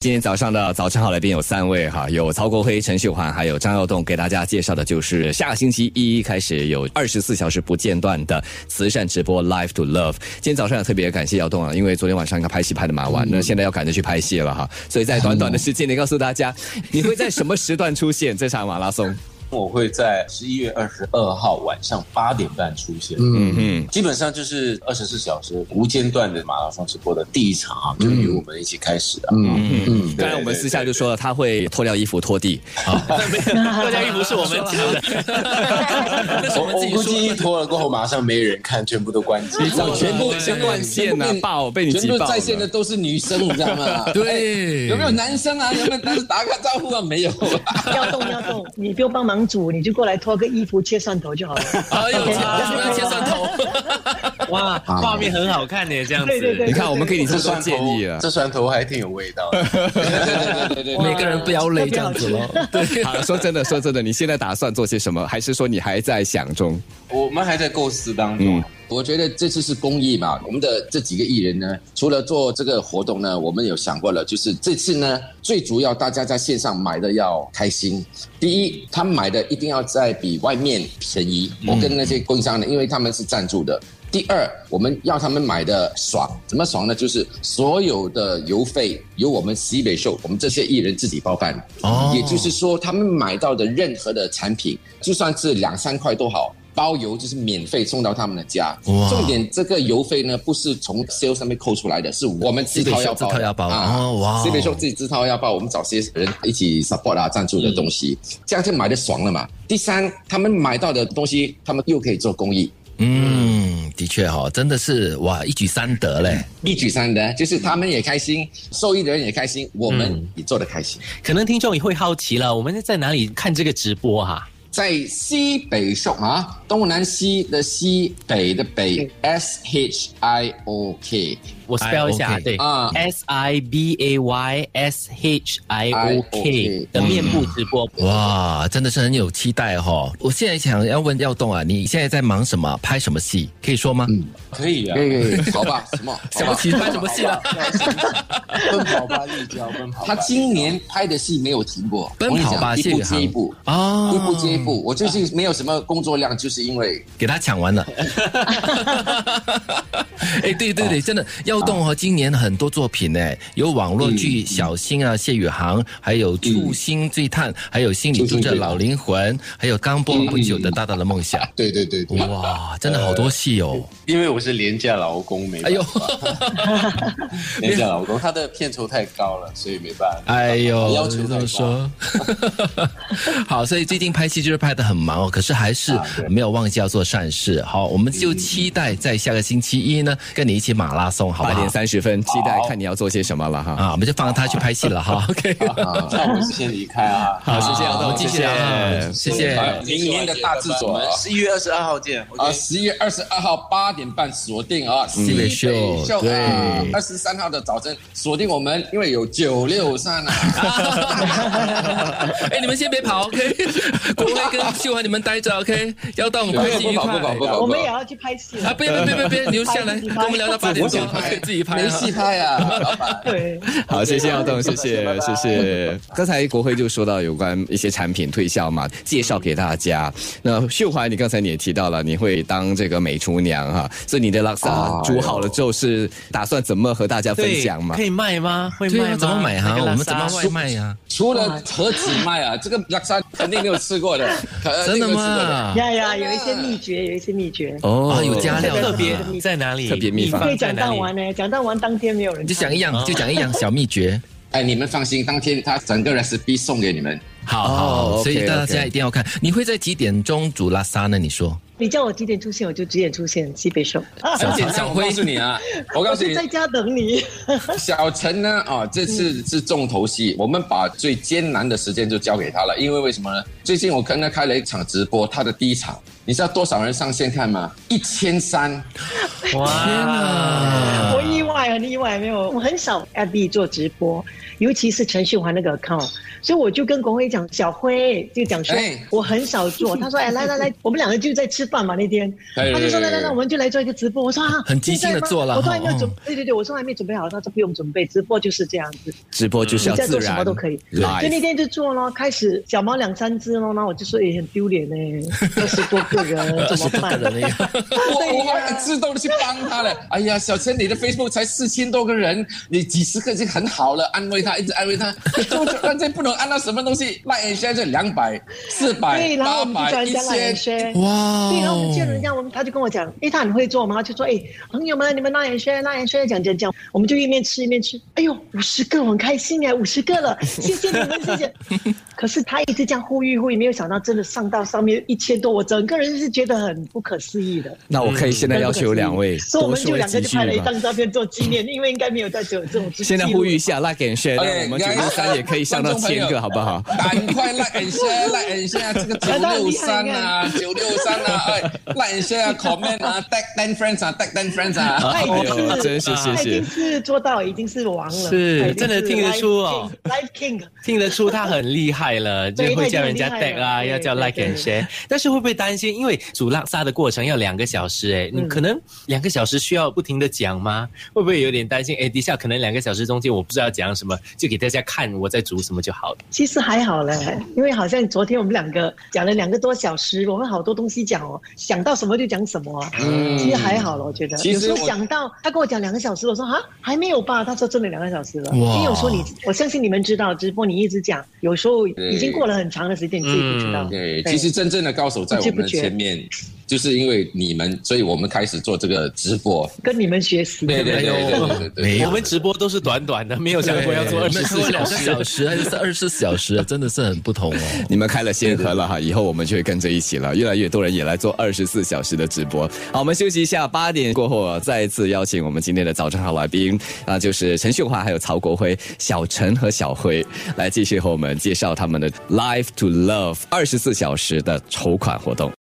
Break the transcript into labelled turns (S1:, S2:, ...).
S1: 今天早上的早晨好来宾有三位哈，有曹国辉、陈秀环，还有张耀栋，给大家介绍的就是下星期一开始有二十四小时不间断的慈善直播 Live to Love。今天早上也特别感谢耀栋啊，因为昨天晚上他拍戏拍的蛮
S2: 嗯
S1: 晚，那、现在要赶着去拍戏了哈，所以在短短的时间里告诉大家， 你会在什么时段出现这场马拉松？
S3: 我会在十一月二十二号晚上八点半出现。
S1: 嗯嗯，
S3: 基本上就是二十四小时无间断的马拉松直播的第一场啊，就由我们一起开始的。嗯，
S1: 嗯，
S3: 对
S1: 刚才我们私下就说了，他会脱掉衣服拖地啊，
S4: 大家衣服是我们挑的，那是
S3: 我
S4: 我们
S3: 我
S4: 自己
S3: 估
S4: 说
S3: 计一
S4: 的。
S3: 脱了过后，马上没人看，全部都关机。
S1: 早全部
S2: 对
S1: 全断线呐、
S2: 全部
S1: 爆啊被你
S2: 全
S1: 挤
S2: 部
S1: 爆
S2: 在线
S1: 了
S2: 的。都是女生，你知道 吗？
S4: 对
S2: 哎有没有男生啊？有没有男生打个招呼啊？没有啊。
S5: 要动要动，你不用帮忙煮，你就过来脱个衣服切蒜头就好了。
S4: 哎呦，
S5: OK
S4: 天
S5: 吧
S4: 啊要切蒜 头， 哇，画面很好看呢，这样子。
S5: 对对对
S1: 你看，我们给你这
S3: 这
S1: 么多
S3: 蒜
S1: 建
S3: 头
S1: 议啊，。
S3: 这蒜头还挺有味道的。
S2: 对对对对对
S4: 每个人不要累，这样子咯。对，
S1: 好，说真的，说真的，你现在打算做些什么？还是说你还在想中？
S3: 我们还在构思当中。
S2: 我觉得这次是公益嘛，我们的这几个艺人呢，除了做这个活动呢，我们有想过了，就是这次呢，最主要大家在线上买的要开心。第一，他们买的一定要在比外面便宜，我跟那些供应商呢，因为他们是赞助的。第二，我们要他们买的爽，怎么爽呢？就是所有的邮费由我们西北秀，我们这些艺人自己包办。
S4: 哦
S2: 也就是说，他们买到的任何的产品，就算是两三块都好，包邮就是免费送到他们的家。
S4: 哇
S2: 重点这个邮费呢，不是从 sales 上面扣出来的，是我们自掏腰包的。啊
S4: 自掏腰包哦哇
S2: 西北秀自己自掏腰包，我们找些人一起 support 啊，赞助的东西，
S4: 嗯
S2: 这样就买的爽了嘛。第三，他们买到的东西，他们又可以做公益。
S4: 嗯，的确哈、哦，真的是哇，一举三得嘞。
S2: 一举三得，就是他们也开心，受益的人也开心，我们
S4: 嗯
S2: 也做得开心。
S6: 可能听众也会好奇了，我们在哪里看这个直播哈、
S2: 在西北秀啊，东南西的西，北的北，S H I O K
S6: 我
S4: 哎
S6: spell 一下
S4: I O K
S6: 对
S2: 啊
S6: ，S I B A Y S H I
S2: I O
S6: O
S2: K
S6: K 嗯的面部直播。
S4: 哇，真的是很有期待哈、哦！我现在想要问耀栋啊，你现在在忙什么？拍什么戏？可以说吗？
S3: 可以啊
S2: 可，以，哎好吧？什么？
S4: 想不起拍什么戏 了。
S3: 奔跑吧，立交，奔跑吧。
S2: 他今年拍的戏没有停过，
S4: 奔跑
S2: 我
S4: 吧
S2: 跟你讲一步接一
S4: 谢宇航
S2: 步
S4: 哦
S2: 一步接一步。我最近没有什么工作量，就是因为
S4: 给他抢完了。哎，对对对，真的，耀动哦，今年很多作品呢，有网络剧《小新》啊，谢宇航，还有《触心醉探》，还有《心理住着老灵魂》，还有刚播不久的《大大的梦想
S3: 对对对》。对，
S4: 哇，真的好多戏哦！
S3: 因为我是廉价劳工，没
S4: 哎
S3: 办
S4: 呦
S3: 法，，廉价劳工，他的片酬太高了，所以没办法。
S4: 哎呦，
S3: 要求太
S4: 这
S3: 高
S4: 么说。 好，所以最近拍戏就是拍的很忙哦，可是还是
S3: 啊对
S4: 没有忘记要做善事。好，我们就期待在下个星期一呢，跟你一起马拉松，好不
S1: 八
S4: 好
S1: 点？三十分，期待
S3: 好
S1: 看你要做些什么了哈。
S4: 啊，我们就放他去拍戏了哈。OK，
S2: 啊，
S3: 那我是先离开啊。
S1: 好，谢谢耀
S4: 我
S1: 栋，
S4: 们继
S1: 谢
S4: 续聊啊，
S1: 谢。
S4: 谢谢。
S2: 明年的大制作啊
S3: 十一月二十二号见。
S2: 啊，
S3: OK，
S2: 十月二十二号八点半锁定啊，西
S4: 北
S2: 北
S4: 秀
S2: 秀
S4: 对
S2: 啊，二十三号的早晨锁定我们，因为有九六三 啊。
S4: 哎，你们先别跑，OK？国威跟秀涵你们待着，OK？要到我们拍戏
S2: 不
S4: 愉
S2: 跑不跑
S4: 快
S2: 不。跑，
S5: 我们也要去拍戏
S4: 啊，
S5: 了。
S4: 别别别别别，留下来，
S5: 自己
S4: 跟
S5: 拍
S4: 我们聊到八点
S2: 我
S4: 钟
S2: 想 拍，
S4: 自己拍啊。
S2: 没戏拍 啊，老板。
S5: 对，
S1: 好，谢谢耀栋，谢谢，谢谢。刚才国辉就说到有关一些产品推销嘛，介绍给大家。那秀华，你刚才你也提到了，你会当这个美厨娘哈，所以你的拉萨煮好了之后是打算怎么和大家分
S6: 对，
S1: 享嘛
S6: 可？以卖吗？会
S4: 对
S6: 卖
S4: 啊，
S6: 吗？
S4: 怎么买哈？
S6: 那个
S4: 我们
S6: Laksa
S4: 怎么外卖啊呀？
S2: 除了何止卖啊，这个拉萨肯定没有吃 过的，肯
S4: 真
S2: 定
S4: 的
S2: 没有吃过
S4: 吗？
S5: 呀呀，有一些秘诀，有一些秘诀，
S1: 哦
S4: 啊，有加料
S6: 特
S4: 的
S6: 别
S4: 啊
S6: 在哪里？
S1: 特别秘方
S5: 可以
S6: 在
S5: 讲
S6: 哪
S5: 到
S6: 里？
S5: 完呢，讲到完当天没有人
S4: 你
S5: 看。
S4: 就想一样，就讲一 样小秘诀。
S2: 哎，你们放心，当天他整个 recipe 送给你们。
S4: 好
S1: 哦
S4: 好，
S1: ，OK，
S4: 所以大
S1: OK
S4: 家一定要看。你会在几点钟煮拉沙呢？你说
S5: 你叫我几点出现，我就几点出现，西北 秀。
S2: 而且小辉，我告诉你啊，我告诉
S5: 我
S2: 你
S5: 就，在家等你。
S2: 小陈呢，啊，这次
S5: 嗯
S2: 是重头戏，我们把最艰难的时间就交给他了。因为为什么呢？最近我跟他开了一场直播，他的第一场，你知道多少人上线看吗？一千 三。
S6: 哇！
S4: 啊
S5: 啊我意外，很意外，没有，我很少 FB 做直播，尤其是陈旭华那个 account，所以我就跟国辉讲，小辉就讲说
S2: 哎
S5: 我很少做，他说哎来来来，我们两个就在吃饭嘛那天，
S2: 哎
S5: 他就说来来来，我们就来做一个直播，我说啊
S4: 很即兴
S5: 现
S4: 地
S5: 在吗
S4: 做了
S5: 我说哎还没有准
S4: 哦，
S5: 对对对，我说还没准备好，他说不用准备，直播就是这样子，
S1: 直播就是要
S5: 你在
S1: 自
S5: 做什
S1: 然，
S5: 么都可以。所以那
S1: live。
S5: 天就做咯，开始小猫两三只咯，然后我就说也很丢脸呢，二十多个 人怎么办？
S4: 的那个，
S2: 我我还自动的去帮他了。哎呀，小陈，你的 Facebook 才四千多个人，你几十个已经很好了，安慰他，一直安 慰他。就但这不能按到什么东西，那现在就两百、四百
S5: 对，、然后我
S2: 八
S5: 们就叫
S2: 百、
S5: 人
S2: 哎一
S5: 家来
S2: 千。
S5: 学。
S1: 哦
S4: 哇
S5: 对，然后我们见人家，我们他就跟我讲，诶，他很会做嘛，他就说，诶，朋友们，你们拉眼圈，拉眼圈，讲讲讲，我们就一面吃一面吃，哎呦，五十个，我很开心哎，五十个 了，谢谢你们，谢谢。可是他一直这样呼吁呼吁，没有想到真的上到上面一千多，我整个人是觉得很不可思议的。
S1: 那我可以现在要求两位
S5: 所以我
S1: 多
S5: 们就
S1: 说
S5: 两
S1: 几
S5: 个就
S1: 句
S5: 拍了一
S1: 吧。
S5: 张照片做纪念，因为应该没有再有这种。
S1: 现在呼吁一，下，like and share，
S2: 哎
S1: 让我们九六三也可以上到千个，好不好？
S2: 赶快赖 and share 赖 and share 这个九六三啊，九六三啊，哎，赖 and share 啊 comment 啊，tag ten friends 啊，tag ten friends 啊。
S5: 他已
S1: 哎
S5: 经
S1: 呦，
S5: 是
S1: 真是谢
S5: 他已
S1: 谢
S5: 经。是做到，已经是王了，
S6: 是
S5: 他已经
S6: 真的听得出哦
S5: Live King，Live King。
S6: 听得出他很厉害了，就
S5: 对
S6: 会叫人家
S5: 他已经很厉
S6: tag
S5: 害了
S6: 啊，要叫
S5: 对
S6: like
S5: 对
S6: and share。但是会不会担心？因为煮拉萨的过程要两个小时，哎，
S5: 嗯
S6: 你可能两个小时需要不停的讲吗？会不会有点担心？哎，底下可能两个小时中间我不知道讲什么，就给大家看我在煮什么就好了。
S5: 其实还好嘞，因为好像昨天我们两个讲了两个多小时，我们好多东西讲哦，想到什么就讲什么、啊。
S2: 嗯
S5: 其实还好了，我觉得。
S2: 其实
S5: 有时
S2: 我
S5: 候想到他跟我讲两个小时，我说啊还没有吧，他说真的两个小时了。
S4: 哇
S5: 因为有时候你，我相信你们知道直播，你一直讲，有时候已经过了很长的时间，你自己不知道。
S2: 嗯对，其实真正的高手在我们的前面，就是因为你们，所以我们开始做这个直播。
S5: 跟你们学习。
S2: 对对对对对对对。
S4: 没有
S6: 我们直播都是短短的，没有想过要做二十四小
S4: 两个
S6: 时。
S4: 小时还是二十四小时，真的是很不同哦。
S1: 你们开了先河了哈，以后我们就会跟着一起了。越来越多人也来做二十四小时的直播。好，我们休息一下，八点过后啊再一次邀请我们今天的早上好来宾啊，就是陈秀华还有曹国辉、小陈和小辉来继续和我们介绍他们的 Life to Love 二十四小时的筹款活动。